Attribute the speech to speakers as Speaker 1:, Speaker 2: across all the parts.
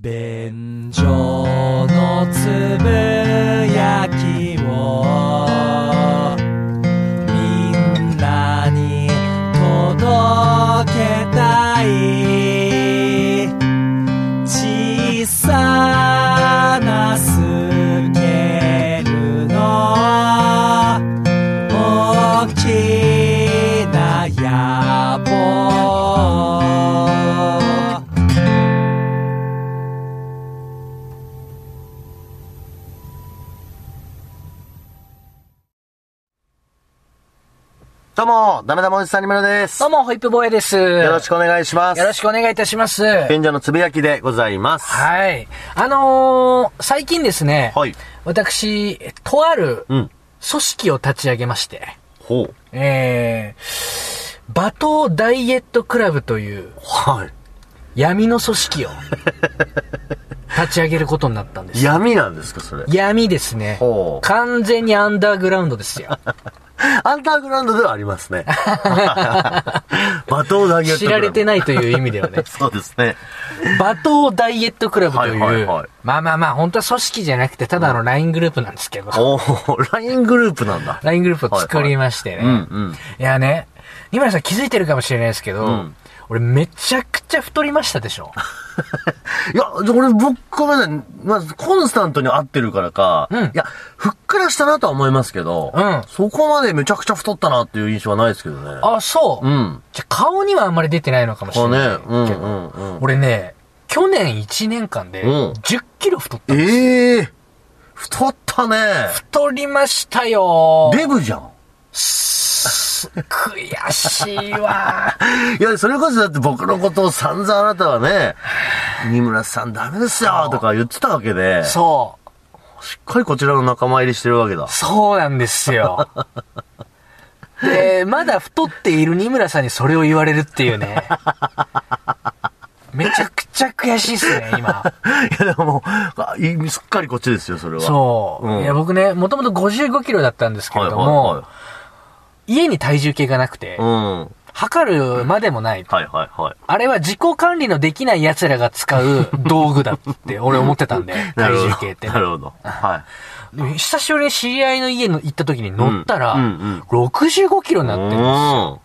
Speaker 1: 便所のつぶやきをみんなに届けたい小さなスケールの大きな野望
Speaker 2: どうも、ダメダメおじさんにむろです。
Speaker 3: どうも、ホイップボーイです。
Speaker 2: よろしくお願いします。
Speaker 3: よろしくお願いいたします。
Speaker 2: 賢者のつぶやきでございます。
Speaker 3: はい。あのー最近ですね、
Speaker 2: はい。
Speaker 3: 私、とある
Speaker 2: う
Speaker 3: 組
Speaker 2: ん。
Speaker 3: 織を立ち上げまして、
Speaker 2: ほう。
Speaker 3: えー、馬頭ダイエットクラブという
Speaker 2: は
Speaker 3: 闇の組 織を立ち上げることになったんで
Speaker 2: い。
Speaker 3: す。
Speaker 2: 闇なんですか、それ。
Speaker 3: 闇ですね
Speaker 2: ほう。
Speaker 3: 完全にアンダーグラウンドです よ。
Speaker 2: アンダーグラウンドではあります ね。罵倒だけ。
Speaker 3: 知られてないという意味ではね
Speaker 2: そうですね。
Speaker 3: 馬頭ダイエットクラブという、
Speaker 2: はいはいはい
Speaker 3: まあまあまあ、本当は組織じゃなくて、ただの LINE グループなんですけど、
Speaker 2: おー、LINE グループなんだ。
Speaker 3: LINE グループを作りましてね。
Speaker 2: うんうん。
Speaker 3: いやね、二村さん気づいてるかもしれないですけど、
Speaker 2: ん
Speaker 3: 俺めちゃくちゃ太りましたでしょ
Speaker 2: いや、俺、僕はね、まず、コンスタントに合ってるからか、
Speaker 3: うん
Speaker 2: いや、ふっくらしたなとは思いますけど、
Speaker 3: うん
Speaker 2: そこまでめちゃくちゃ太ったなっていう印象はないですけどね。
Speaker 3: あ、そう。
Speaker 2: うん。
Speaker 3: じゃ、顔にはあんまり出てないのかもし
Speaker 2: こ
Speaker 3: れ
Speaker 2: うね、
Speaker 3: ないけ
Speaker 2: う
Speaker 3: ど、
Speaker 2: んうんうん。
Speaker 3: 俺ね、去年1年間で
Speaker 2: うん
Speaker 3: 10キロ太った。
Speaker 2: ええ太ったね。
Speaker 3: 太りましたよ
Speaker 2: デブじゃん。
Speaker 3: す悔しいわ
Speaker 2: いや、それこそだって僕のことを散々あなたはね、二村さんダメですよとか言ってたわけで、しっ
Speaker 3: そう。
Speaker 2: かりこちらの仲間入りしてるわけだ。
Speaker 3: そうなんですよ。で、まだ太っている二村さんにそれを言われるっていうね。めちゃくちゃ悔しいっすね、今。
Speaker 2: いや、でも、あいすっかりこっちですよ、それは。
Speaker 3: そう。
Speaker 2: うん
Speaker 3: いや、僕ね、もともと55キロだったんですけ
Speaker 2: はい
Speaker 3: れ
Speaker 2: はい
Speaker 3: ども、
Speaker 2: は
Speaker 3: 家に体重計がなくて
Speaker 2: い。う、ん。はい
Speaker 3: 測るまでもない。
Speaker 2: はいはい。
Speaker 3: あれは自己管理のできない奴らが使 う道具だって俺思ってたんで、
Speaker 2: な
Speaker 3: 体
Speaker 2: るほ
Speaker 3: 重
Speaker 2: ど
Speaker 3: 計ってね、
Speaker 2: なるほど。は
Speaker 3: でも久しぶりに知り合いの家の行った時に乗ったら、
Speaker 2: うんうんうん
Speaker 3: 65キロになっ
Speaker 2: い。
Speaker 3: てるんですよ。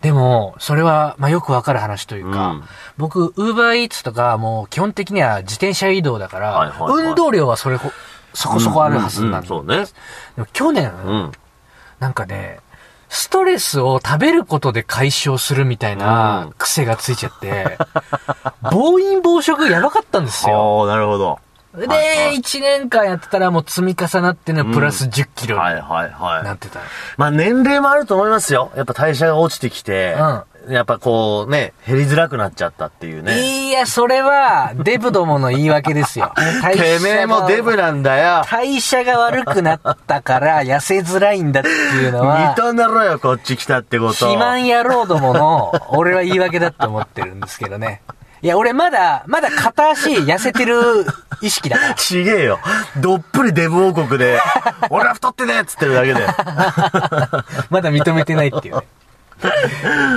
Speaker 3: でも、それは、まあ、よくわかる話というか、
Speaker 2: うん
Speaker 3: 僕、ウーバーイーツとか、もう、基本的には自転車移動だから、
Speaker 2: はいはいはい
Speaker 3: 運動量はそれほ、そこそこあるはずなん
Speaker 2: う
Speaker 3: で
Speaker 2: んうんうんそうね。
Speaker 3: でも去年、
Speaker 2: うん。
Speaker 3: なんかね、ストレスを食べることで解消するみたいな
Speaker 2: うん
Speaker 3: 癖がついちゃって、暴飲暴食やばかったんですよ。
Speaker 2: ああ、なるほど。
Speaker 3: で、
Speaker 2: はいはい
Speaker 3: 1年間やってたらもう積み重なってね、プラス10キロに
Speaker 2: はいはいはい。
Speaker 3: なってた。
Speaker 2: まあ年齢もあると思いますよ。やっぱ代謝が落ちてきて、やっぱこうね、減りづらくなっちゃったっていうね。
Speaker 3: いや、それは、デブどもの言い訳ですよ。代謝
Speaker 2: てめえもデブなんだよ。
Speaker 3: 代謝が悪くなったから痩せづらいんだっていうの は、
Speaker 2: 認めろよ、こっち来たってこと。
Speaker 3: 肥満野郎ども の、俺は言い訳だと思ってるんですけどね。いや、俺まだ、まだ片足痩せてる意識だから。
Speaker 2: ちげえよ。どっぷりデブ王 国で、俺は太ってねえっつってるだけで。
Speaker 3: まだ認めてないっていうね。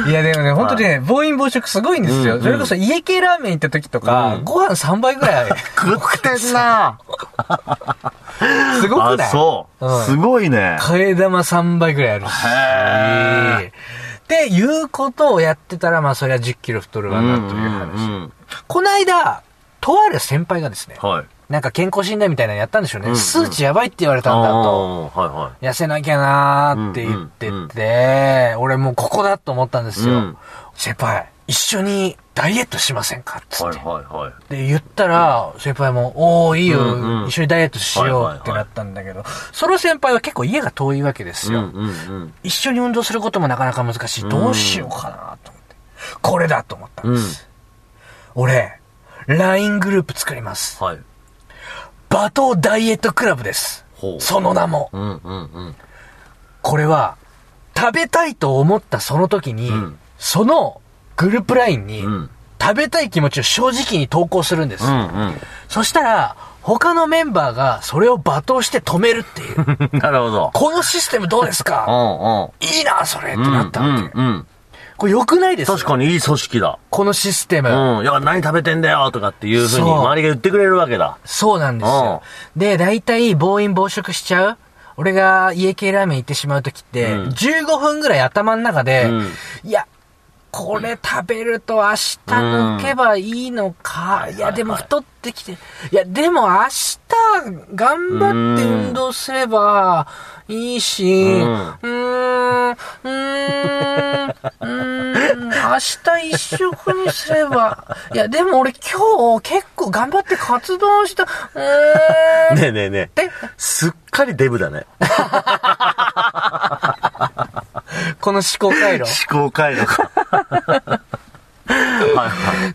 Speaker 3: いやでもね、本当にね、暴飲暴食すごいんですよ。それこそ家系ラーメン行った時とか、ご飯3杯ぐらい、
Speaker 2: 食って んな
Speaker 3: すごく
Speaker 2: あ
Speaker 3: ない、
Speaker 2: そう。
Speaker 3: うん
Speaker 2: すごいね。
Speaker 3: 替え玉3倍ぐらいあるし。
Speaker 2: へ
Speaker 3: っていうことをやってたら、まあそりゃ10キロ太るわなという話。この間、とある先輩がですね、
Speaker 2: はい。
Speaker 3: なんか健康診断みたいなのやったんでしょうね。
Speaker 2: うんうん
Speaker 3: 数値やばいって言われたんだと。
Speaker 2: はいは
Speaker 3: 痩せなきゃなーって言ってて、
Speaker 2: うんうんうん
Speaker 3: 俺もうここだと思ったんですよ。
Speaker 2: うん
Speaker 3: 先輩、一緒にダイエットしませんかっつ
Speaker 2: い。
Speaker 3: っ
Speaker 2: はい
Speaker 3: て。
Speaker 2: はいはい。
Speaker 3: で、言ったら、先輩も、おー、いいよ、
Speaker 2: うんうん
Speaker 3: 一緒にダイエットしよ
Speaker 2: はいうはいはい
Speaker 3: ってなったんだけど、その先輩は結構家が遠いわけですよ。
Speaker 2: うんうん。
Speaker 3: 一緒に運動することもなかなか難しい。どうしようかなと思って。これだと思ったんです。俺、LINE グループ作ります。
Speaker 2: はい。
Speaker 3: 馬頭ダイエットクラブです
Speaker 2: ほ。う
Speaker 3: その名も。
Speaker 2: うんうんうん。
Speaker 3: これは、食べたいと思ったその時に、
Speaker 2: ん
Speaker 3: そのグループ LINE に、
Speaker 2: ん
Speaker 3: 食べたい気持ちを正直に投稿するんです。
Speaker 2: うん
Speaker 3: そしたら、他のメンバーがそれを罵倒して止めるって いう。
Speaker 2: うん。なるほど。
Speaker 3: このシステムどうです
Speaker 2: う
Speaker 3: か
Speaker 2: んうん。
Speaker 3: いいな、それってなったわけ。
Speaker 2: うんうん。
Speaker 3: これ良くないです
Speaker 2: 確かにいい組織だ。
Speaker 3: このシステム。
Speaker 2: うん。いや、何食べてんだよとかっていうふうに
Speaker 3: そう
Speaker 2: 周りが言ってくれるわけだ。
Speaker 3: そうなんですよ。で、大体暴飲暴食しちゃう俺が家系ラーメン行ってしまうときって、
Speaker 2: うん
Speaker 3: 15分ぐらい頭の中で、
Speaker 2: うん
Speaker 3: いや、これ食べると明日抜けばいいのか。
Speaker 2: うん
Speaker 3: いや、でも太ってきて。いや、でも明日頑張って運動すればいいし、
Speaker 2: う
Speaker 3: うんーん、うーん、うーん、明日一食にすれば、いや、でも俺今日結構頑張って活動した、うーん、っ
Speaker 2: ねえねえねえ。
Speaker 3: て、
Speaker 2: すっかりデブだね。
Speaker 3: この思考回路。
Speaker 2: 思考回路か。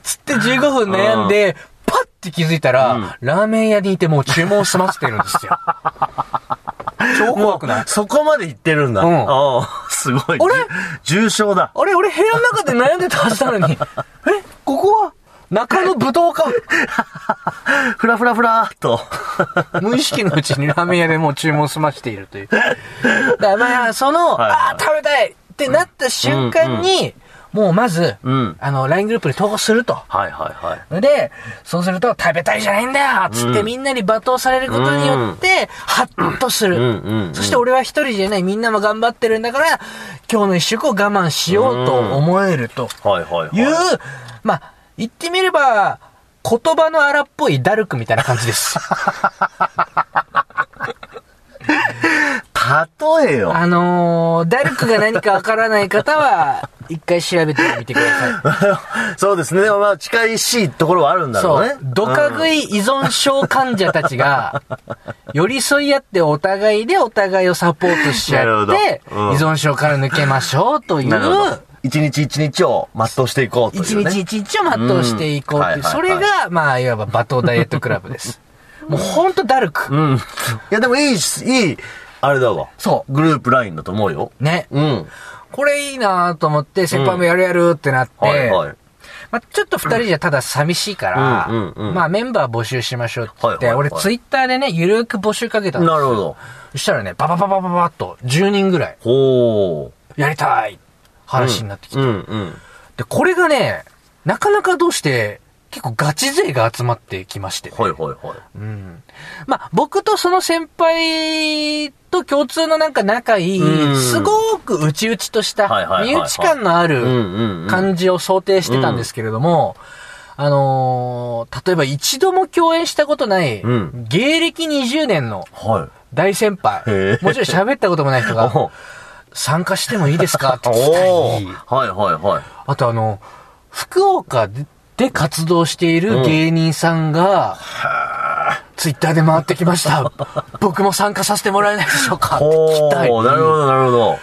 Speaker 3: つって15分悩んで、パッて気づいたら、
Speaker 2: うん
Speaker 3: ラーメン屋にいてもう注文済ませてるんですよ。超怖くない
Speaker 2: そこまで言ってるんだ。
Speaker 3: うん
Speaker 2: ああすごい。
Speaker 3: 俺
Speaker 2: じゅ重症だ。
Speaker 3: あれ俺部屋の中で悩んでたはずなのに。えここは中野武道館
Speaker 2: ふらふらふらーっと。
Speaker 3: 無意識のうちにラーメン屋でもう注文済ましていると いう。だからまあ、その、
Speaker 2: はい
Speaker 3: ああ、食べたいってなった瞬間に、もうまず、
Speaker 2: うん
Speaker 3: あの、LINE グループに投稿すると。
Speaker 2: はいはいはい。
Speaker 3: で、そうすると、食べたいじゃないんだよつってみんなに罵倒されることによって、ハッとする。
Speaker 2: うんうんうん
Speaker 3: そして俺は一人じゃない、みんなも頑張ってるんだから、今日の一食を我慢しようと思えると
Speaker 2: はいはいはい。
Speaker 3: いう、まあ、言ってみれば、言葉の荒っぽいダルクみたいな感じです。
Speaker 2: 例えよ。
Speaker 3: あのー、ダルクが何かわからない方 は、一回調べてみてください。
Speaker 2: そうですね。でもまあ近いしいところはあるんだろ
Speaker 3: そう
Speaker 2: ね
Speaker 3: う。。ドカ食
Speaker 2: い。
Speaker 3: い依存症患者たちが、寄り添い合ってお互いでお互いをサポートし合っ
Speaker 2: な
Speaker 3: て
Speaker 2: る、ほどうん
Speaker 3: 依存症から抜けましょうという
Speaker 2: な、るほど。一日一日を全うしていこうと
Speaker 3: 一
Speaker 2: いう、ね。
Speaker 3: 日一日を全うしていこうってい
Speaker 2: うん
Speaker 3: う、
Speaker 2: はい
Speaker 3: そ
Speaker 2: はいは
Speaker 3: れ
Speaker 2: い
Speaker 3: が、まあ、いわば罵倒ダイエットクラブ です。もうほんとダルク。
Speaker 2: うん。いやでもいいし、いい、あれだわ。
Speaker 3: そ
Speaker 2: グループラインだと思うよ。
Speaker 3: ね。
Speaker 2: うん。
Speaker 3: これいいなと思って、先輩もやるやるってなって、
Speaker 2: はいはい。
Speaker 3: まあ、ちょっと二人じゃただ寂しいから、
Speaker 2: うんうんうん
Speaker 3: まあメンバー募集しましょうって言って、
Speaker 2: はいはいはい
Speaker 3: 俺ツイッターでね、ゆるく募集かけたの。
Speaker 2: なるほど。
Speaker 3: そしたらね、ババババババッと10人ぐらい、
Speaker 2: ほう。
Speaker 3: やりたい話になってきて、
Speaker 2: うんうん。
Speaker 3: で、これがね、なかなかどうして、結構ガチ勢が集まってきましてね、
Speaker 2: はいはいはい。
Speaker 3: うん。まあ、僕とその先輩と共通のなんか仲いい、
Speaker 2: うん
Speaker 3: すごく内々とし
Speaker 2: はいはい
Speaker 3: た、
Speaker 2: はい
Speaker 3: 身
Speaker 2: はい
Speaker 3: 内感のあ
Speaker 2: う
Speaker 3: る、
Speaker 2: んうん、うん。
Speaker 3: 感じを想定してたんですけれども、あのー例えば一度も共演したことない、
Speaker 2: うん
Speaker 3: 芸歴20年の
Speaker 2: は
Speaker 3: 大先輩
Speaker 2: へえ、
Speaker 3: もちろん喋ったこともない人
Speaker 2: い。
Speaker 3: が、参加してもいいですかって聞きた
Speaker 2: お
Speaker 3: い
Speaker 2: ー。はいはいはい。
Speaker 3: あとあの、福岡で活動している芸人さんが、ツイッターで回ってきま した。僕も参加させてもらえないでしょうかって聞きたい。
Speaker 2: おーなるほ
Speaker 3: も
Speaker 2: どなるほど。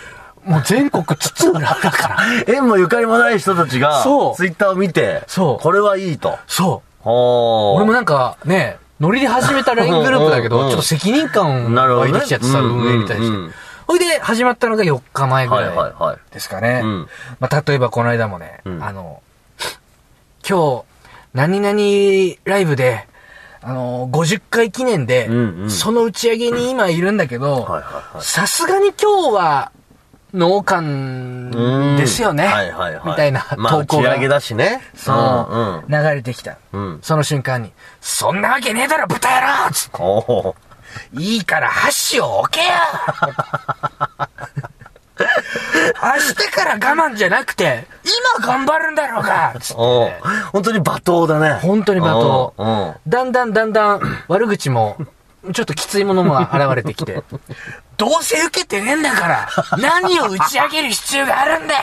Speaker 3: う全国津々浦々から。
Speaker 2: 縁もゆかりもない人たちが、
Speaker 3: そう
Speaker 2: ツイッターを見て、
Speaker 3: そう
Speaker 2: これはいいと。
Speaker 3: そう。
Speaker 2: ほー
Speaker 3: 俺もなんかね、ノリで始めた LINE グループだけ
Speaker 2: うんうんう
Speaker 3: ど、
Speaker 2: ん
Speaker 3: ちょっと責任感
Speaker 2: なるほ
Speaker 3: 湧
Speaker 2: どね
Speaker 3: いてきちゃってさ、
Speaker 2: うんうんうん
Speaker 3: 運営に対して。ほいで、始まったのが4日前ぐ
Speaker 2: はいはい
Speaker 3: ら
Speaker 2: はい
Speaker 3: い。ですかね
Speaker 2: うん。
Speaker 3: まあ、例えばこの間もね、
Speaker 2: ん
Speaker 3: あの、今日、何々ライブで、あの、50回記念で
Speaker 2: うんう、ん
Speaker 3: その打ち上げに今いるんだけ
Speaker 2: はい
Speaker 3: ど、
Speaker 2: はいはい。
Speaker 3: さすがに今日は、農館ですよね。
Speaker 2: うんはいはいはい。
Speaker 3: みたいな
Speaker 2: まあ、
Speaker 3: 投
Speaker 2: 打ち
Speaker 3: 稿が
Speaker 2: 上げ。だしね。
Speaker 3: そう、
Speaker 2: ん。
Speaker 3: 流れてきた。
Speaker 2: うん。うん。
Speaker 3: その瞬間に、そんなわけねえだろ、豚野郎つっ
Speaker 2: おー
Speaker 3: いいから箸を置けよ明 日から我慢じゃなくて、今頑張るんだろうがつって
Speaker 2: おー本当に罵倒だね。
Speaker 3: 本当に罵倒
Speaker 2: うん。うん
Speaker 3: だんだんだんだん悪口も、ちょっときついものも現れてきて、どうせ受けてねえんだから、何を打ち上げる必要があるんだよ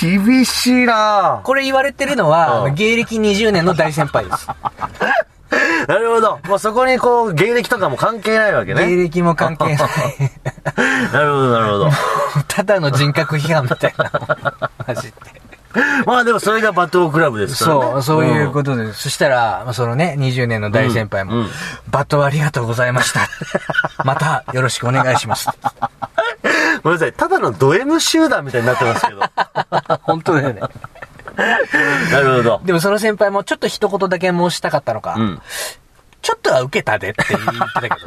Speaker 2: 厳しいな
Speaker 3: これ言われてるのは、あ
Speaker 2: うん
Speaker 3: の芸歴20年の大先輩です。
Speaker 2: ぁなるほど。もうそこにこう、芸歴とかも関係ないわけ
Speaker 3: 芸
Speaker 2: ね。
Speaker 3: 歴も関係ない。
Speaker 2: なるほど、なるほど。
Speaker 3: ただの人格批判みたいな話って。
Speaker 2: まあでもそれが罵倒クラブですからね。
Speaker 3: そう、そういう
Speaker 2: と。
Speaker 3: ことです。そしたら、まあそのね、20年の大先輩も、
Speaker 2: うんうん
Speaker 3: バットありがとうございま した。またよろしくお願いします。
Speaker 2: ごめんなさい。ただのド M 集団みたいになってますけど。
Speaker 3: 本当だよね。
Speaker 2: なるほど。
Speaker 3: でもその先輩もちょっと一言だけ申したかったのか、
Speaker 2: うん。
Speaker 3: ちょっとは受けたでって言ってたけどね。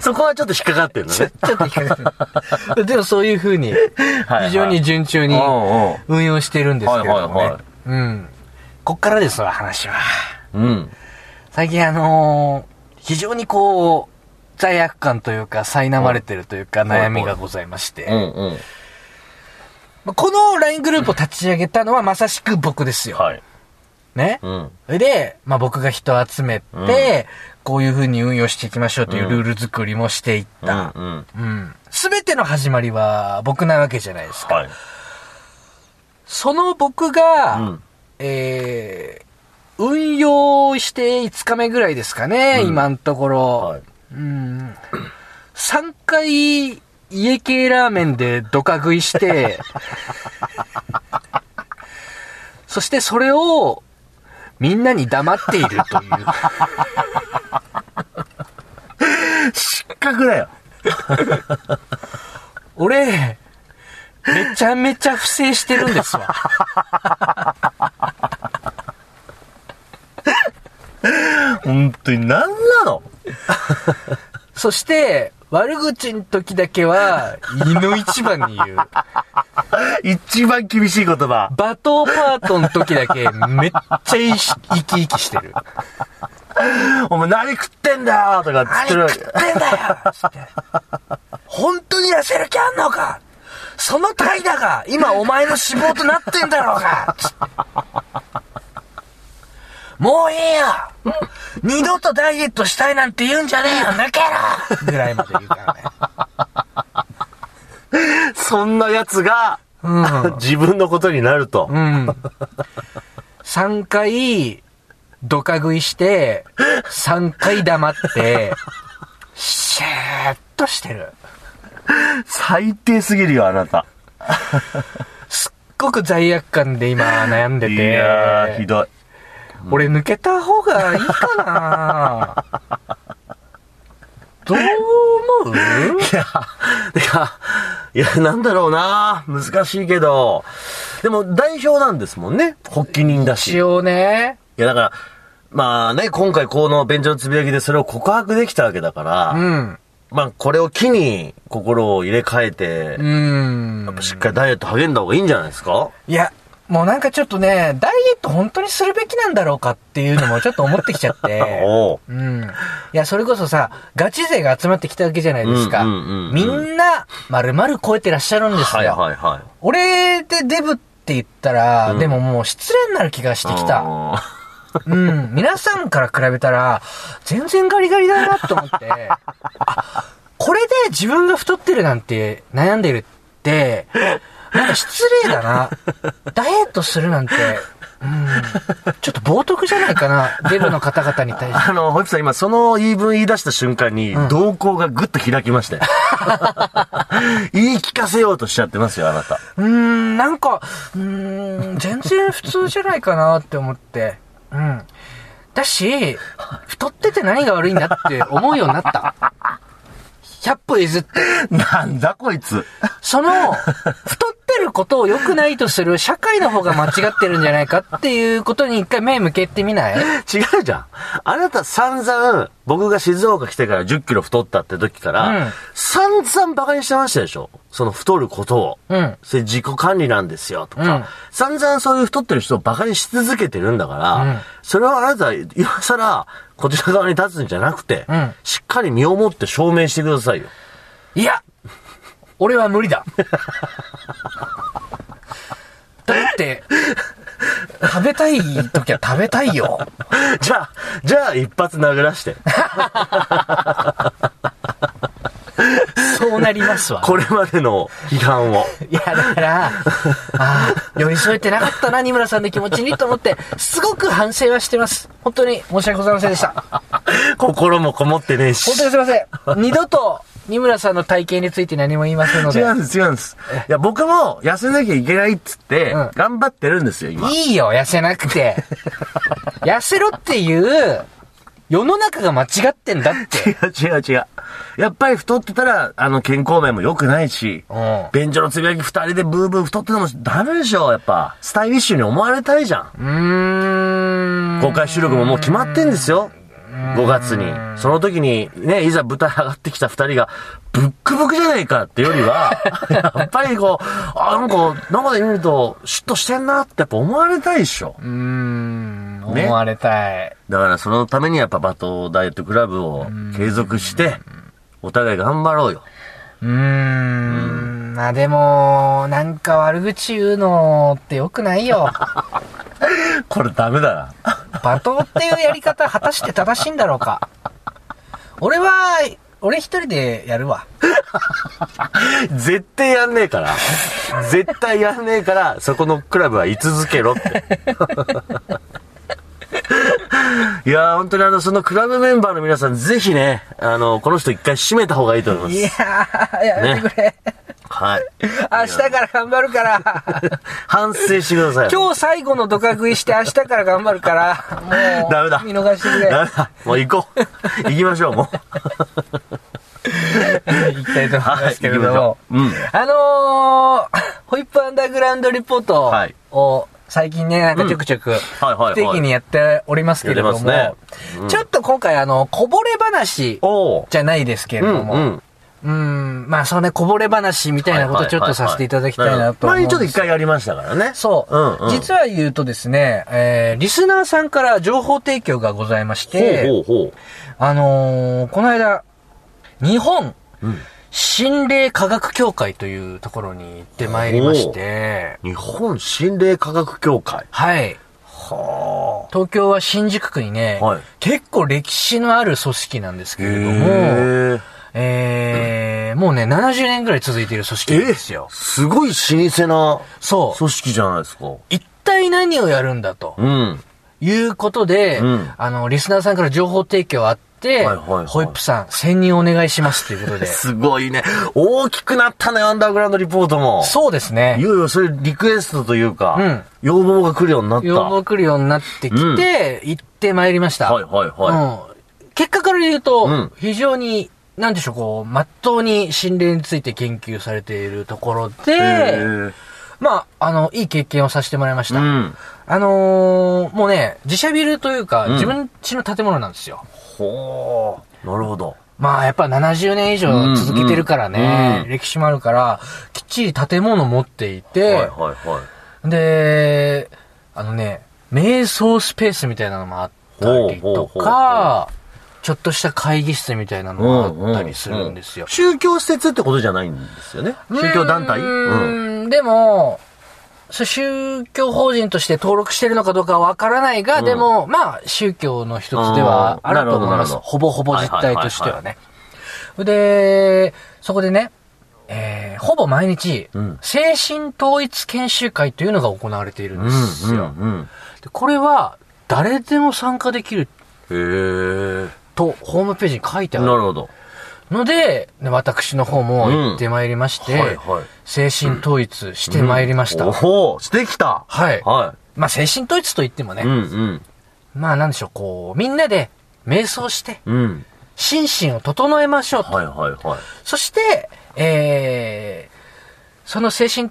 Speaker 2: そこは ちょっと引っかかってるの
Speaker 3: ちょ
Speaker 2: ね。
Speaker 3: ちょっと光ってるでもそういう風に、
Speaker 2: はい
Speaker 3: 非常に順調に
Speaker 2: うんうん
Speaker 3: 運用してるんですけれどもね。
Speaker 2: はいはいはい
Speaker 3: うん。こっからですわ、話は。
Speaker 2: うん。
Speaker 3: 最近あのー非常にこう、罪悪感というか、苛まれてるというか、
Speaker 2: いはい
Speaker 3: 悩みがございまして。
Speaker 2: うんうん。
Speaker 3: まあこの LINE グループを立ち上げたのはまさしく僕ですよ。
Speaker 2: はい。
Speaker 3: ね。
Speaker 2: うん。
Speaker 3: それで、まあ、僕が人を集めて、こういう風に運用していきましょうというルール作りもしていっ
Speaker 2: う
Speaker 3: た。
Speaker 2: ん。
Speaker 3: うん。すべての始まりは僕なわけじゃないですか。
Speaker 2: はい。
Speaker 3: その僕が、
Speaker 2: うん
Speaker 3: えー、運用して5日目ぐらいですかね、
Speaker 2: うん
Speaker 3: 今のところ。
Speaker 2: はい。
Speaker 3: うん。3回、家系ラーメンでドカ食いして、 そしてそれを、みんなに黙っているという。
Speaker 2: 失格だよ。
Speaker 3: 俺、めちゃめちゃ不正してるんですわ。
Speaker 2: 本当に何なの
Speaker 3: そして、悪口の時だけは、胃の一番に言う。
Speaker 2: 一番厳しい言葉。
Speaker 3: 罵倒パートの時だけ、めっちゃいし生き生きしてる。
Speaker 2: お前何食ってんだよとか言ってるわ
Speaker 3: 何食ってんだよつって本当に痩せる気あんのかその怠惰が今お前の脂肪となってんだろうがつってもういいよ二度とダイエットしたいなんて言うんじゃねえよ抜けろぐらいまで言うからね。
Speaker 2: け。そんな奴が、
Speaker 3: うん。
Speaker 2: 自分のことになると
Speaker 3: う。ん。3回、ドカ食いして、3回黙って、シャーっとしてる。
Speaker 2: 最低すぎるよ、あなた。
Speaker 3: すっごく罪悪感で今悩んでて。
Speaker 2: いやー、ひどい。
Speaker 3: 俺抜けた方がいいか などう思う
Speaker 2: いや、いや、いや、なんだろうな難しいけど。でも、代表なんですもんね。発起人だし。
Speaker 3: 一応ね。
Speaker 2: いや、だから、まあね、今回この便所のつぶやきでそれを告白できたわけだから、
Speaker 3: うん。
Speaker 2: まあこれを機に心を入れ替えて、
Speaker 3: う
Speaker 2: や
Speaker 3: ん
Speaker 2: っ。ぱしっかりダイエット励んだ方がいいんじゃないですか
Speaker 3: いや、もうなんかちょっとね、ダイエット本当にするべきなんだろうかっていうのもちょっと思ってきちゃって。
Speaker 2: おう
Speaker 3: うん。いや、それこそさ、ガチ勢が集まってきたわけじゃないですか。
Speaker 2: うんうんうんうん
Speaker 3: みんな、丸々超えてらっしゃるんですよ。
Speaker 2: はいはいはい。
Speaker 3: 俺でデブって言ったら、でももう失礼になる気がしてきた。
Speaker 2: うん
Speaker 3: うん。皆さんから比べたら、全然ガリガリだなと思って、あ、これで自分が太ってるなんて悩んでるって、なんか失礼だな。ダイエットするなんて、うん。ちょっと冒涜じゃないかな。デブの方々に対して。
Speaker 2: あの、ホイップさん今その言い分言い出した瞬間に、瞳孔がぐっと開きまし たよ。言い聞かせようとしちゃってますよ、あなた。
Speaker 3: うーん、なんか、うーん、全然普通じゃないかなって思って。うん。だし、太ってて何が悪いんだって思うようになった。100歩譲って。
Speaker 2: なんだこいつ。
Speaker 3: その、太ってることを良くないとする社会の方が間違ってるんじゃないかっていうことに一回目向けてみない
Speaker 2: 違うじゃん。あなた散々、僕が静岡来てから10キロ太ったって時から、
Speaker 3: うん
Speaker 2: 散々馬鹿にしてましたでしょその太ることを。
Speaker 3: うん
Speaker 2: それ自己管理なんですよ、とか、
Speaker 3: うん
Speaker 2: 散々そういう太ってる人を馬鹿にし続けてるんだから、
Speaker 3: うん
Speaker 2: それはあなた、今更、こちら側に立つんじゃなくて、
Speaker 3: うん
Speaker 2: しっかり身をもって証明してくださいよ。
Speaker 3: いや、俺は無理だ。だって、食べたい時は食べたいよ。
Speaker 2: じゃあ、じゃあ一発殴らして。
Speaker 3: そうなりますわ。
Speaker 2: これまでの批 判を。
Speaker 3: いや、だから、ああ、寄り添えてなかったな、二村さんの気持ちにと思って、すごく反省はしてます。本当に申し訳ございませんでした。
Speaker 2: 心もこもってねえし
Speaker 3: 本。当にすいません。二度と、二村さんの体型について何も言いませんの
Speaker 2: 違
Speaker 3: で。
Speaker 2: うんです、違うんです。いや、僕も痩せなきゃいけないっつって
Speaker 3: うん、
Speaker 2: 頑張ってるんですよ、今。
Speaker 3: いいよ、痩せなくて。痩せろっていう、世の中が間違ってんだって。
Speaker 2: 違う違う違う。やっぱり太ってたら、あの、健康面も良くないし
Speaker 3: うん、
Speaker 2: 便所のつぶやき二人でブーブー太ってのもダメでしょ、やっぱ。スタイリッシュに思われたいじゃん。
Speaker 3: うーん。
Speaker 2: 公開収録ももう決まってんですよ。
Speaker 3: う
Speaker 2: 5月に。その時に、ね、いざ舞台上がってきた2人が、ブックブックじゃないかってより は、やっぱりこう、あ、なんか、生で見ると、嫉妬してんなってやっぱ思われたいでしょ。
Speaker 3: うーん、
Speaker 2: ね
Speaker 3: 思われたい。
Speaker 2: だからそのためにやっぱバトダイエットクラブを継続して、お互い頑張ろうよ。
Speaker 3: うーん、まあでも、なんか悪口言うのって良くないよ。
Speaker 2: これダメだな。
Speaker 3: 罵倒っていうやり方、果たして正しいんだろうか。俺は、俺一人でやるわ。
Speaker 2: 絶対やんねえから。絶対やんねえから、そこのクラブは居続けろって。 いやー、本当にあの、そのクラブメンバーの皆さん、ぜひね、あの、この人一回締めた方がいいと思いま
Speaker 3: い
Speaker 2: す。
Speaker 3: やー、やめてくれ。
Speaker 2: はい。
Speaker 3: 明日から頑張るから。
Speaker 2: 反省してください。
Speaker 3: 今日最後のドカ食いして明日から頑張るから、もう、
Speaker 2: ダメだ
Speaker 3: 見逃してく
Speaker 2: ダメだ。もう行こう。行きましょう、もう。
Speaker 3: れ。行きたいと思いますけれども。
Speaker 2: はい行きましょ
Speaker 3: あのー、ホイップアンダーグラウンドリポート
Speaker 2: はい
Speaker 3: を最近ね、なんかちょくちょく
Speaker 2: はいはいは
Speaker 3: 不
Speaker 2: い
Speaker 3: 定期にやっておりますけれども、
Speaker 2: やってますねうん
Speaker 3: ちょっと今回あの、こぼれ話
Speaker 2: おー。
Speaker 3: じゃないですけれ
Speaker 2: う
Speaker 3: ど
Speaker 2: ん、
Speaker 3: も、
Speaker 2: うん。
Speaker 3: うん、まあ、そのね、こぼれ話みたいなことをちょっとさせていただきたいなと思うんです
Speaker 2: 前にちょっと一回やりましたからね。
Speaker 3: そう、
Speaker 2: うんうん
Speaker 3: 実は言うとですね、えー、リスナーさんから情報提供がございまして、
Speaker 2: ほうほうほ
Speaker 3: あのーこの間、日本
Speaker 2: う。うん。
Speaker 3: 心霊科学協会というところに行ってまいりまして、
Speaker 2: 日本心霊科学協会。
Speaker 3: はい。
Speaker 2: は
Speaker 3: 東京は新宿区にね、
Speaker 2: はい
Speaker 3: 結構歴史のある組織なんですけ
Speaker 2: へ
Speaker 3: れども、
Speaker 2: え。
Speaker 3: えーもうね、70年ぐらい続いている組織なんですよ。
Speaker 2: すごい老舗な
Speaker 3: そう。
Speaker 2: 組織じゃないですか。
Speaker 3: 一体何をやるんだと。
Speaker 2: うん。
Speaker 3: いうことで、
Speaker 2: うん
Speaker 3: あの、リスナーさんから情報提供あって、
Speaker 2: はいはいはい。
Speaker 3: ホイップさん、1000人お願いしますということで
Speaker 2: すごいね。大きくなったね、アンダーグラウンドリポートも。
Speaker 3: そうですね
Speaker 2: い。よいよそれリクエストというか、
Speaker 3: うん
Speaker 2: 要望が来るようになった。
Speaker 3: 要望来るようになってきて、
Speaker 2: うん
Speaker 3: 行ってまいりました。
Speaker 2: はいはいは
Speaker 3: うん、結果から言うと、
Speaker 2: うん
Speaker 3: 非常に、なんでしょう、こう、まっとうに心霊について研究されているところ
Speaker 2: い。
Speaker 3: で、
Speaker 2: へえ
Speaker 3: まあ、あの、いい経験をさせてもらいまし
Speaker 2: う
Speaker 3: た。
Speaker 2: ん。
Speaker 3: あのーもうね、自社ビルというか、
Speaker 2: ん
Speaker 3: 自分家の建物なんですよ。
Speaker 2: ほう。なるほど。
Speaker 3: まあやっぱ70年以上続けてるからね、
Speaker 2: うんうん
Speaker 3: 歴史もあるから、きっちり建物持っていて、
Speaker 2: はいはいはい。
Speaker 3: で、あのね、瞑想スペースみたいなのもあったり
Speaker 2: ほうほう
Speaker 3: と
Speaker 2: ほうほ
Speaker 3: か、ちょっとした会議室みたいなのもあったりするんですよ。
Speaker 2: 宗教施設ってことじゃないんですよね。宗教団体
Speaker 3: う
Speaker 2: うん。
Speaker 3: ーん、でも、そう宗教法人として登録してるのかどうかはわからないが、
Speaker 2: うん
Speaker 3: でも、まあ、宗教の一つではあ
Speaker 2: あー
Speaker 3: ると思い
Speaker 2: なるほどな
Speaker 3: ま
Speaker 2: る
Speaker 3: す。
Speaker 2: ほ
Speaker 3: ほ
Speaker 2: ど
Speaker 3: ぼほぼ実態としては
Speaker 2: はいはい
Speaker 3: ね。で、そこでね、えーほぼ毎日、
Speaker 2: うん
Speaker 3: 精神統一研修会というのが行われているんですよ。
Speaker 2: うん
Speaker 3: でこれは、誰でも参加できる
Speaker 2: うん。へ
Speaker 3: と、ホームページに書いて
Speaker 2: え。
Speaker 3: あ
Speaker 2: な
Speaker 3: る
Speaker 2: るほど。
Speaker 3: ので、ね私の方も行ってまいりまして、
Speaker 2: はいはい。
Speaker 3: 精神統一してまいりました。
Speaker 2: おほうしてきた
Speaker 3: はい
Speaker 2: は
Speaker 3: まあ、精神統一と言ってもね、
Speaker 2: い。うんうん。
Speaker 3: まあ、なんでしょう、こう、みんなで瞑想して、
Speaker 2: うん。
Speaker 3: 心身を整えましょうと。
Speaker 2: はいはいはい。
Speaker 3: そして、えー、その精神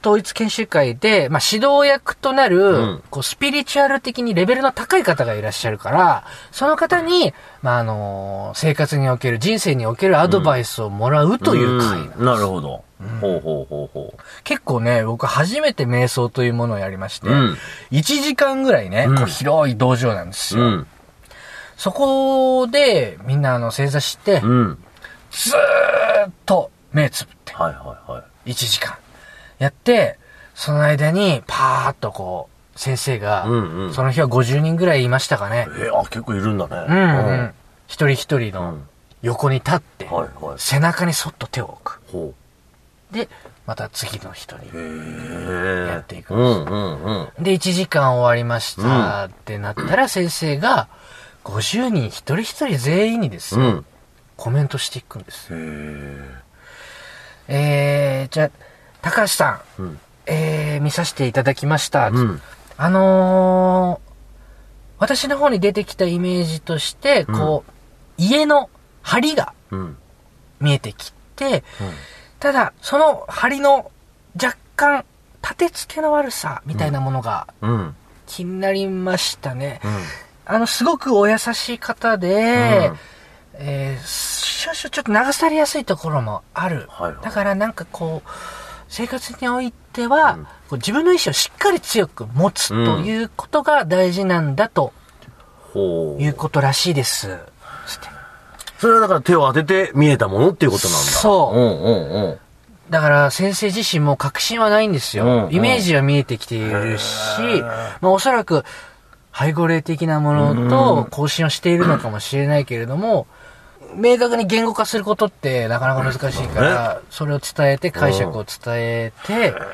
Speaker 3: 統一研修会で、まあ、指導役となる、
Speaker 2: うん
Speaker 3: こう、スピリチュアル的にレベルの高い方がいらっしゃるから、その方に、まあ、あのー生活における、人生におけるアドバイスをもらうという会なんです
Speaker 2: んなるほど。ほうほうほうほ
Speaker 3: 結構ね、僕初めて瞑想というものをやりまして、
Speaker 2: うん
Speaker 3: 1時間ぐらいね、
Speaker 2: うん
Speaker 3: こう広い道場なんです
Speaker 2: う。
Speaker 3: よ。
Speaker 2: うん。
Speaker 3: そこで、みんなあの、正座して、
Speaker 2: うん。
Speaker 3: ずーっと目つぶって、
Speaker 2: はいはいはい。
Speaker 3: 1時間。やって、その間に、パーっとこう、先生が、
Speaker 2: うんうん
Speaker 3: その日は50人ぐらいいましたかね。
Speaker 2: えー、あ、結構いるんだね。
Speaker 3: うん、うん。一人一人
Speaker 2: う
Speaker 3: の
Speaker 2: ん
Speaker 3: 横に立って、
Speaker 2: はいはい
Speaker 3: 背中にそっと手を置く。
Speaker 2: ほ
Speaker 3: で、また次の人に
Speaker 2: う。へえ。
Speaker 3: やっていく
Speaker 2: うんうんうん。
Speaker 3: で、1時間終わりましたってなったら、先生が、50人一人一人全員にです
Speaker 2: う
Speaker 3: ね、
Speaker 2: ん。
Speaker 3: コメントしていくんです。
Speaker 2: へえ。
Speaker 3: えー、じゃあ、高橋さん、
Speaker 2: うん
Speaker 3: えー、見させていただきました。
Speaker 2: うん。
Speaker 3: あのー、私の方に出てきたイメージとして、こう、家の梁が
Speaker 2: うん。
Speaker 3: 見えてきて、ただ、その梁の若干、立て付けの悪さみたいなものが
Speaker 2: うん。
Speaker 3: 気になりましたね。
Speaker 2: うん。
Speaker 3: あの、すごくお優しい方で、えー少々ちょっと流されやすいところもある。
Speaker 2: はいはい
Speaker 3: だからなんかこう、生活においては、こう自分の意思をしっかり強く持つということが大事なんだと
Speaker 2: ほ。
Speaker 3: いううことらしいです。つって
Speaker 2: それはだから手を当てて見えたものっていうことなんだ。
Speaker 3: そうん
Speaker 2: うんうん。
Speaker 3: だから先生自身も確信はないんですよ。
Speaker 2: うんうん
Speaker 3: イメージは見えてきているし、まあおそらく、背後霊的なものと更新をしているのかもしれないけれども、明確に言語化することってなかなか難しいから、それを伝えて、解釈を伝えて、だか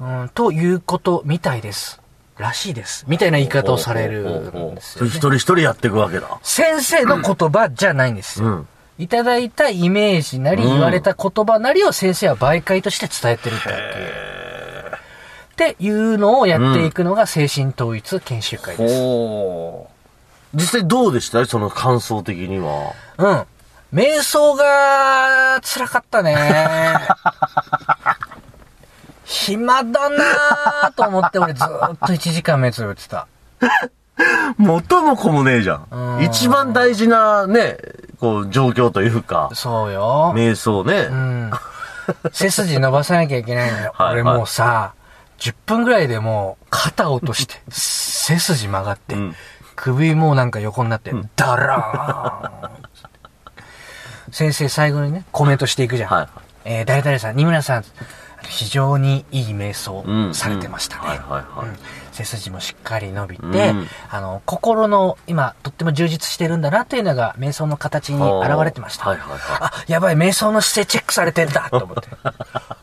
Speaker 3: らうん、ということみたいです。らしいです。みたいな言い方をされるんですよ、
Speaker 2: 一
Speaker 3: ね。
Speaker 2: 人一人やっていくわけだ。
Speaker 3: 先生の言葉じゃないんですよ。
Speaker 2: うん。
Speaker 3: いただいたイメージなり、
Speaker 2: うん
Speaker 3: 言われた言葉なりを先生は媒介として伝えてるだけ。っていうのをやっていくのが精神統一研修会です。
Speaker 2: ほう。実際どうでしたその感想的には。
Speaker 3: うん。瞑想が辛かったね。 暇だなぁと思って俺ずーっと1時間目つぶってた。
Speaker 2: 元も子もねえじゃん。
Speaker 3: うん
Speaker 2: 一番大事なね、こう、状況というか、
Speaker 3: そうよ。
Speaker 2: 瞑想ね。
Speaker 3: うん。背筋伸ばさなきゃいけないのよ。
Speaker 2: はい
Speaker 3: 俺もうさ、10分ぐらいでもう肩落として、背筋曲がって、
Speaker 2: ん
Speaker 3: 首もうなんか横になって、ダラーン先生最後にね、コメントしていくじゃん。
Speaker 2: はい
Speaker 3: えー誰々さん、二村さん、非常にいい瞑想されてましたね。
Speaker 2: はいはいはい。
Speaker 3: 背筋もしっかり伸びて、
Speaker 2: うん
Speaker 3: あの、心の今、とっても充実してるんだなというのが、瞑想の形に現れてました。
Speaker 2: はいはいはい
Speaker 3: あ、やばい、瞑想の姿勢チェックされてんだと思って。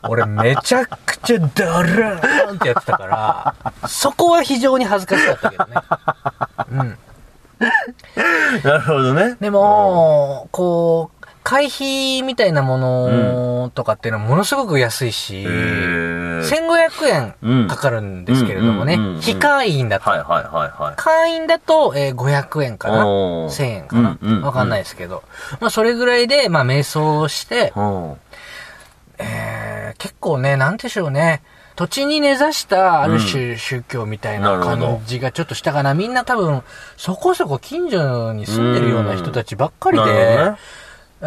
Speaker 3: 俺、めちゃくちゃダラーンってやってたから、そこは非常に恥ずかしかったけどね。
Speaker 2: なるほどね。
Speaker 3: でも、こう、会費みたいなものとかっていうのはものすごく安いし、
Speaker 2: へー
Speaker 3: 1500
Speaker 2: うん
Speaker 3: 円かかるんですけれどもね
Speaker 2: うんうんうんうん、
Speaker 3: 非会員だと
Speaker 2: はいはいはいはい。
Speaker 3: 会員だと、えー500円かな
Speaker 2: おー
Speaker 3: ?1000 円かな、
Speaker 2: うんうんうん
Speaker 3: わかんないですけど。まあ、それぐらいで、まあ、瞑想をして、
Speaker 2: うん。
Speaker 3: えー結構ね、なんでしょうね。土地に根ざしたある種宗教みたいな
Speaker 2: なるほど
Speaker 3: 感じがちょっとしたかな。みんな多分、そこそこ近所に住んでるような人たちばっかりで、
Speaker 2: うんなるほどね
Speaker 3: え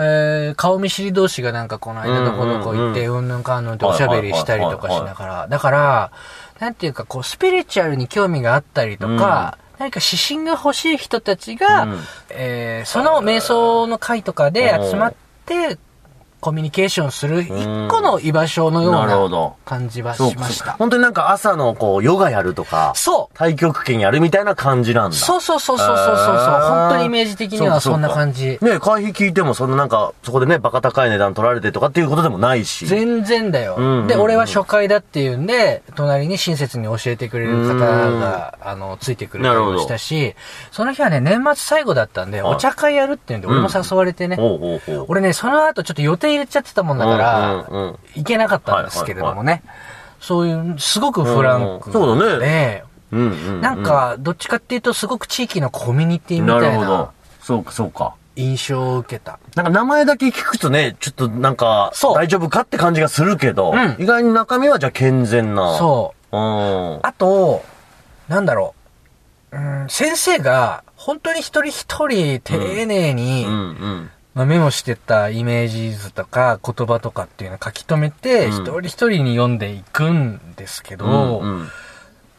Speaker 3: ー顔見知り同士がなんかこの間どこどこ行って、
Speaker 2: う
Speaker 3: うんぬんかんぬんっておしゃべりしたりとかしながら、だから、なんていうかこう、スピリチュアルに興味があったりとか、何か指針が欲しい人たちが、
Speaker 2: うん
Speaker 3: えーその瞑想の会とかで集まって、コミュニケーションする一個の居場所のよう
Speaker 2: なるほ
Speaker 3: な
Speaker 2: ど
Speaker 3: 感じは
Speaker 2: そう
Speaker 3: しました。
Speaker 2: 本当になんか朝のこう、ヨガやるとか、
Speaker 3: そ
Speaker 2: 太極拳やるみたいな感じなん
Speaker 3: う
Speaker 2: だ。
Speaker 3: そうそうそうそうそうそう
Speaker 2: へー
Speaker 3: 本当にイメージ的にはそんな感
Speaker 2: そう
Speaker 3: じ
Speaker 2: か。そうかね会費聞いてもそんななんか、そこでね、バカ高い値段取られてとかっていうことでもないし。
Speaker 3: 全然だよ、
Speaker 2: うんうんうん
Speaker 3: で、俺は初回だっていうんで、隣に親切に教えてくれる方が、あの、ついてくれたりもしたし、その日はね、年末最後だったんで、
Speaker 2: はい
Speaker 3: お茶会やるっていうんで、俺も誘われてね、
Speaker 2: おうおうおう。
Speaker 3: 俺ね、その後ちょっと予定入れちゃってたもんだから、
Speaker 2: うんうんうん
Speaker 3: 行けなかったんですけれどもね、そういう、すごくフランクで、
Speaker 2: うんうんそうだうんうんうん
Speaker 3: なん、か、どっちかっていうと、すごく地域のコミュニティみ
Speaker 2: な
Speaker 3: た
Speaker 2: る
Speaker 3: い
Speaker 2: ほど
Speaker 3: な。
Speaker 2: そうかそうか。
Speaker 3: 印象を受けた。
Speaker 2: なんか名前だけ聞くとね、ちょっとなんか、
Speaker 3: そう
Speaker 2: 大丈夫かって感じがするけど、
Speaker 3: うん
Speaker 2: 意外に中身はじゃあ健全な。
Speaker 3: そう。
Speaker 2: う。うん。
Speaker 3: あと、なんだろう。うん、先生が、本当に一人一人丁寧に、
Speaker 2: うんうん。
Speaker 3: まあ、メモしてたイメージ図とか言葉とかっていうのを書き留めて、
Speaker 2: うん
Speaker 3: 一人一人に読んでいくんですけど、
Speaker 2: うんうん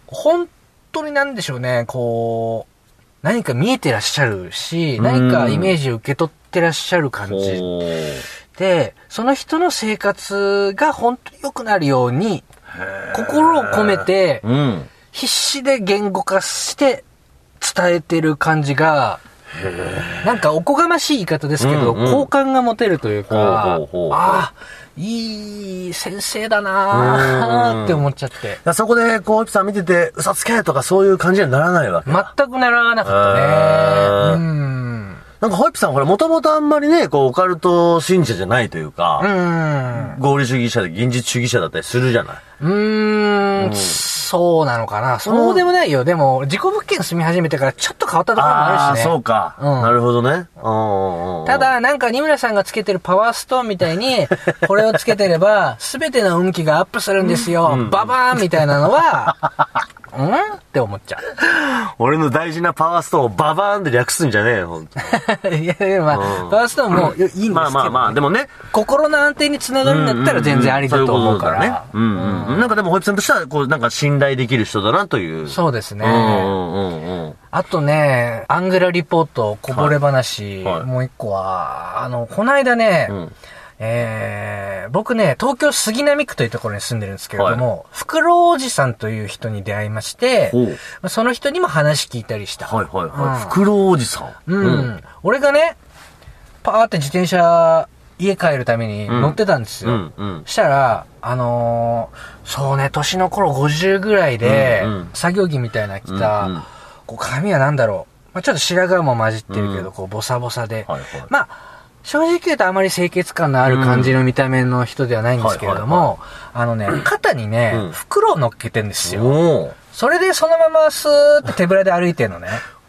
Speaker 3: 本当になんでしょうね、こう、何か見えてらっしゃるし、何かイメージを受け取ってらっしゃる感じ
Speaker 2: ほう
Speaker 3: で、その人の生活が本当に良くなるように、心を込めて、
Speaker 2: うん。
Speaker 3: 必死で言語化して伝えてる感じが、なんかおこがましい言い方ですけど、
Speaker 2: うんうん
Speaker 3: 好感が持てるというか、
Speaker 2: ほうほうほうほう
Speaker 3: ああ、いい先生だなーって思っちゃって。
Speaker 2: だからそこで、こう、ゆきさん見てて、嘘つけとかそういう感じにはならないわけ。
Speaker 3: 全くならなかった
Speaker 2: へー
Speaker 3: ね。うん。
Speaker 2: なんか、ホイップさん、ほら、もともとあんまりね、こう、オカルト信者じゃないという
Speaker 3: う
Speaker 2: か、
Speaker 3: ん。
Speaker 2: 合理主義者で現実主義者だったりするじゃない。
Speaker 3: うーん、そうなのかな。そうでもないよ。でも、自己物件住み始めてからちょっと変わったところもあ
Speaker 2: ああ
Speaker 3: る
Speaker 2: ー、
Speaker 3: しね
Speaker 2: そう。か。
Speaker 3: うん
Speaker 2: なるほどね。うんうんうん
Speaker 3: た、だ、なんか、二村さんがつけてるパワーストーンみたい に、これをつ けてれば、すべての運気がアップするんですよ。ババーンみたいなのは、うんって思っちゃ
Speaker 2: 俺の大事なパワーストーンをババーンで略すんじゃねえよ、ほんと
Speaker 3: う。 いや、でもま
Speaker 2: う
Speaker 3: あ、
Speaker 2: ん
Speaker 3: パワーストーンもいいんですけど、
Speaker 2: まあまあまあ、でもね。
Speaker 3: 心の安定につながるんだったら全然ありだと思うから。
Speaker 2: そいことだね。うんうんうん。なんかでも、保育さんとしては、こう、なんか信頼できる人だなという。
Speaker 3: そうですね。
Speaker 2: うんうんうんうん。
Speaker 3: あとね、アングラリポート、こぼれ話、
Speaker 2: はいはい
Speaker 3: もう一個は、あの、この間ね、
Speaker 2: うん
Speaker 3: えー、僕ね、東京杉並区というところに住んでるんですけれども、袋おじさんという人に出会いまして、
Speaker 2: ほう。
Speaker 3: その人にも話聞いたりした。
Speaker 2: はいはいはい。
Speaker 3: うん
Speaker 2: 袋おじさん。
Speaker 3: うん。俺がね、パーって自転車、家帰るために乗ってたんです
Speaker 2: う
Speaker 3: よ。
Speaker 2: んうん。
Speaker 3: したら、あのーそうね、年の頃50ぐらいで、
Speaker 2: うんうん
Speaker 3: 作業着みたいなの着た、
Speaker 2: うんうん
Speaker 3: こう髪は何だろう。まあ、ちょっと白髪も混じってるけど、
Speaker 2: うん
Speaker 3: こうボサボサで。
Speaker 2: はいはい
Speaker 3: まあ、正直言うとあまり清潔感のある感じの見た目の人ではないんですけれども、あのね、肩にね、
Speaker 2: うん
Speaker 3: 袋を乗っけてんですよ。
Speaker 2: おー
Speaker 3: それでそのままスーって手ぶらで歩いてんのね。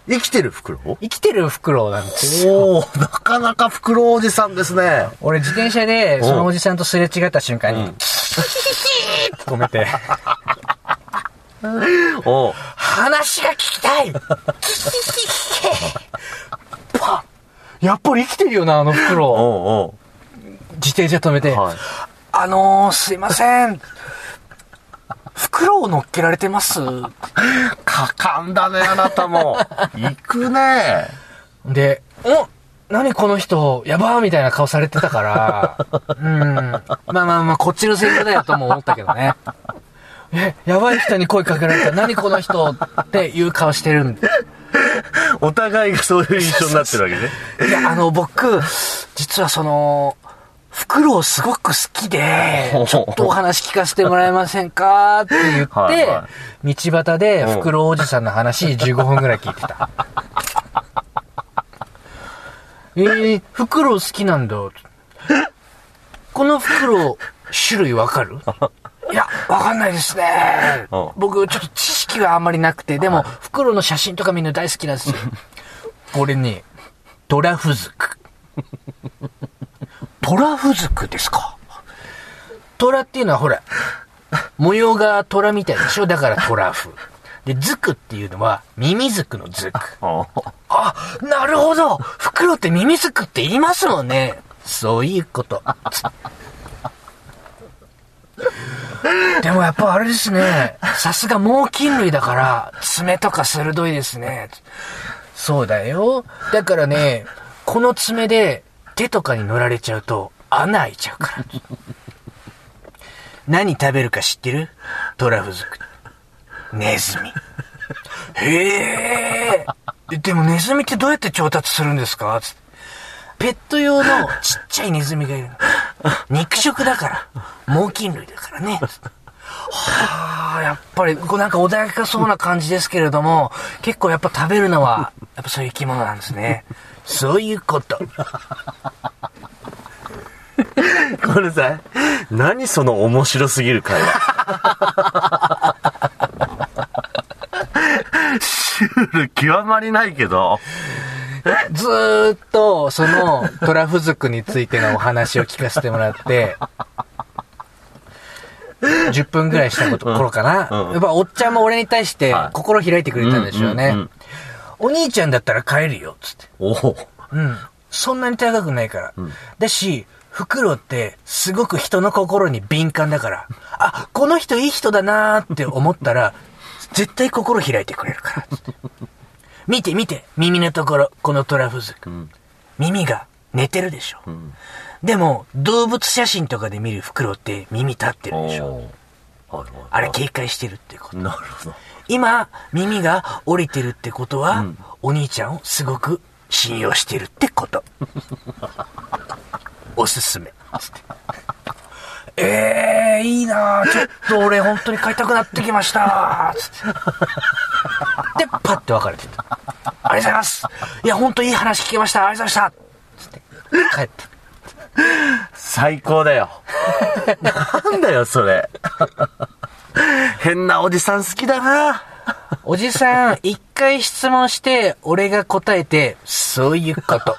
Speaker 2: 生きてる袋
Speaker 3: 生きてる袋なんですよ。
Speaker 2: おーなかなか袋おじさんですね。
Speaker 3: 俺自転車で、そのおじさんとすれ違った瞬間に、
Speaker 2: うん
Speaker 3: ヒヒヒーって止めて、
Speaker 2: おう
Speaker 3: 話が聞きた いパッやっぱり生きてるよな、あの袋。
Speaker 2: おうお
Speaker 3: 自転車止めて、
Speaker 2: うはい。
Speaker 3: あのー、すいません。袋を乗っけられてます。
Speaker 2: かかんだね、あなた も。行くね。
Speaker 3: で、お何この人、やばーみたいな顔されてた から、うん。まあまあまあ、こっちのセリフだよとも思ったけどね。 え、やばい人に声かけられた。何この人っていう顔してるんで。
Speaker 2: お互いがそういう印象になってるわけね。
Speaker 3: いや、あの、僕、実はその、袋をすごく好き で、ちょっとお話聞かせてもらえませんかって言って、
Speaker 2: はいは
Speaker 3: 道端で袋おじさんの話15分ぐらい聞いてた。えー、袋好きなんだ。この袋、種類わかるいや、わかんないですね
Speaker 2: うん。
Speaker 3: 僕、ちょっと知識はあんまりなくて、でも、袋の写真とかみんな大好きなんですよ。これね、トラフズク。トラフズクですかトラっていうのはほら、模様がトラみたいでしょだからトラフ。で、ズクっていうのは、ミミズクのズク。
Speaker 2: おう
Speaker 3: あ、なるほど袋ってミミズクって言いますもんねそういうこと。 でもやっぱあれですね。さすが猛禽類だから、爪とか鋭いですね。そうだよ。だからね、この爪で手とかに乗られちゃうと穴開いちゃうから。何食べるか知ってるトラフズク。ネズミ。へえ。ででもネズミってどうやって調達するんですかつってペット用のちっちゃいネズミがいるの。肉食だから。猛禽類だからね。つってはあ、やっぱり、こうなんか穏やかそうな感じですけれども、結構やっぱ食べるのは、やっぱそういう生き物なんですね。そういうこと。
Speaker 2: ごめんなさい。何その面白すぎる会話。 シュール極まりないけど。
Speaker 3: ずーっと、その、トラフズクについてのお話を聞かせてもらって、10分ぐらいしたこと頃かな。
Speaker 2: うんうん
Speaker 3: やっぱ、おっちゃんも俺に対して
Speaker 2: はい、
Speaker 3: 心開いてくれたんでしょうね。
Speaker 2: うんうんうん
Speaker 3: お兄ちゃんだったら帰るよ、つって。
Speaker 2: おう
Speaker 3: うん。そんなに高くないから。だし、フクロウって、すごく人の心に敏感だから、あ、この人いい人だなーって思ったら、 絶対心開いてくれるから。見て見て、耳のところ、このトラフズク。耳が寝てるでしょ。でも、動物写真とかで見るフクロウって耳立ってるでしょ。
Speaker 2: おうはいはい
Speaker 3: あれ警戒してるってこと。
Speaker 2: なるほど。
Speaker 3: 今、耳が降りてるってことは、お兄ちゃんをすごく信用してるってこと。おすすめ。つってええー、いいなあちょっと俺本当に買いたくなってきましたつって。で、パッて別れてた。ありがとうございます。いや、本当いい話聞きました。ありがとうございました。つって。帰った。
Speaker 2: 最高だよ。なんだよ、それ。変なおじさん好きだな。
Speaker 3: おじさん、一回質問して、俺が答えて、そういうこと。っ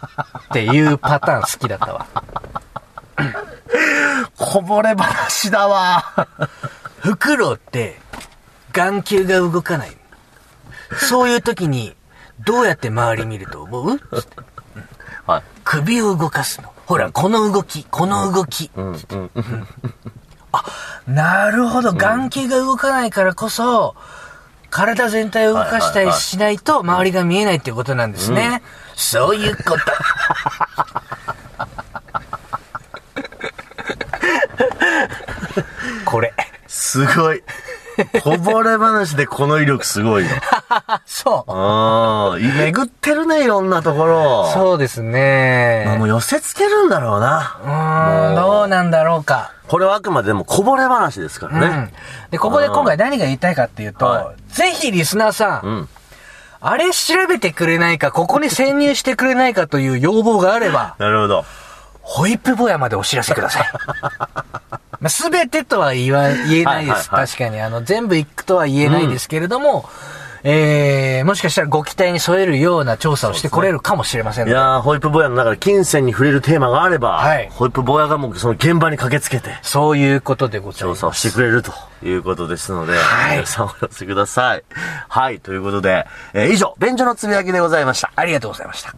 Speaker 3: ていうパターン好きだったわ。
Speaker 2: こぼれ話だわ。
Speaker 3: フクロウって、眼球が動かない。そういう時に、どうやって周り見ると思うつって
Speaker 2: はい。
Speaker 3: 首を動かすの。ほら、この動き、この動き。
Speaker 2: うん、
Speaker 3: なるほど。眼球が動かないからこそ、体全体を動かしたりしないと、周りが見えないっていうことなんですね。そういうこと。これ。
Speaker 2: すごい。こぼれ話でこの威力すごいよ。
Speaker 3: そう。
Speaker 2: うん。巡ってるね、いろんなところ。
Speaker 3: そうですね。
Speaker 2: まあもう寄せつけるんだろうな。
Speaker 3: うーん、どうなんだろうか。
Speaker 2: これはあくまでもこぼれ話ですか
Speaker 3: う
Speaker 2: ら
Speaker 3: ん
Speaker 2: ね。。
Speaker 3: で、ここで今回何が言いたいかっていうと
Speaker 2: は、
Speaker 3: ぜひリスナーさ、
Speaker 2: うんん。
Speaker 3: あれ調べてくれないか、ここに潜入してくれないかという要望があれ ば、
Speaker 2: なるほど。
Speaker 3: ホイップ坊やまでお知らせくだ さい。まあ、全てとは言わ言えないです。
Speaker 2: はいはいはい
Speaker 3: 確かに。あの、全部行くとは言えないですけれども、えー、もしかしたらご期待に添えるような調査をしてこれるかもしれません
Speaker 2: い
Speaker 3: ので
Speaker 2: やー、ホイップ坊やの中で金銭に触れるテーマがあれば、
Speaker 3: はい
Speaker 2: ホイップ坊やがもうその現場に駆けつけて、
Speaker 3: そういうことでござい
Speaker 2: 調
Speaker 3: ます。
Speaker 2: 査をしてくれるということですので、
Speaker 3: い
Speaker 2: 皆さんお寄せください。はい、ということで、えー以上、便所のつぶやきでございました。
Speaker 3: ありがとうございました。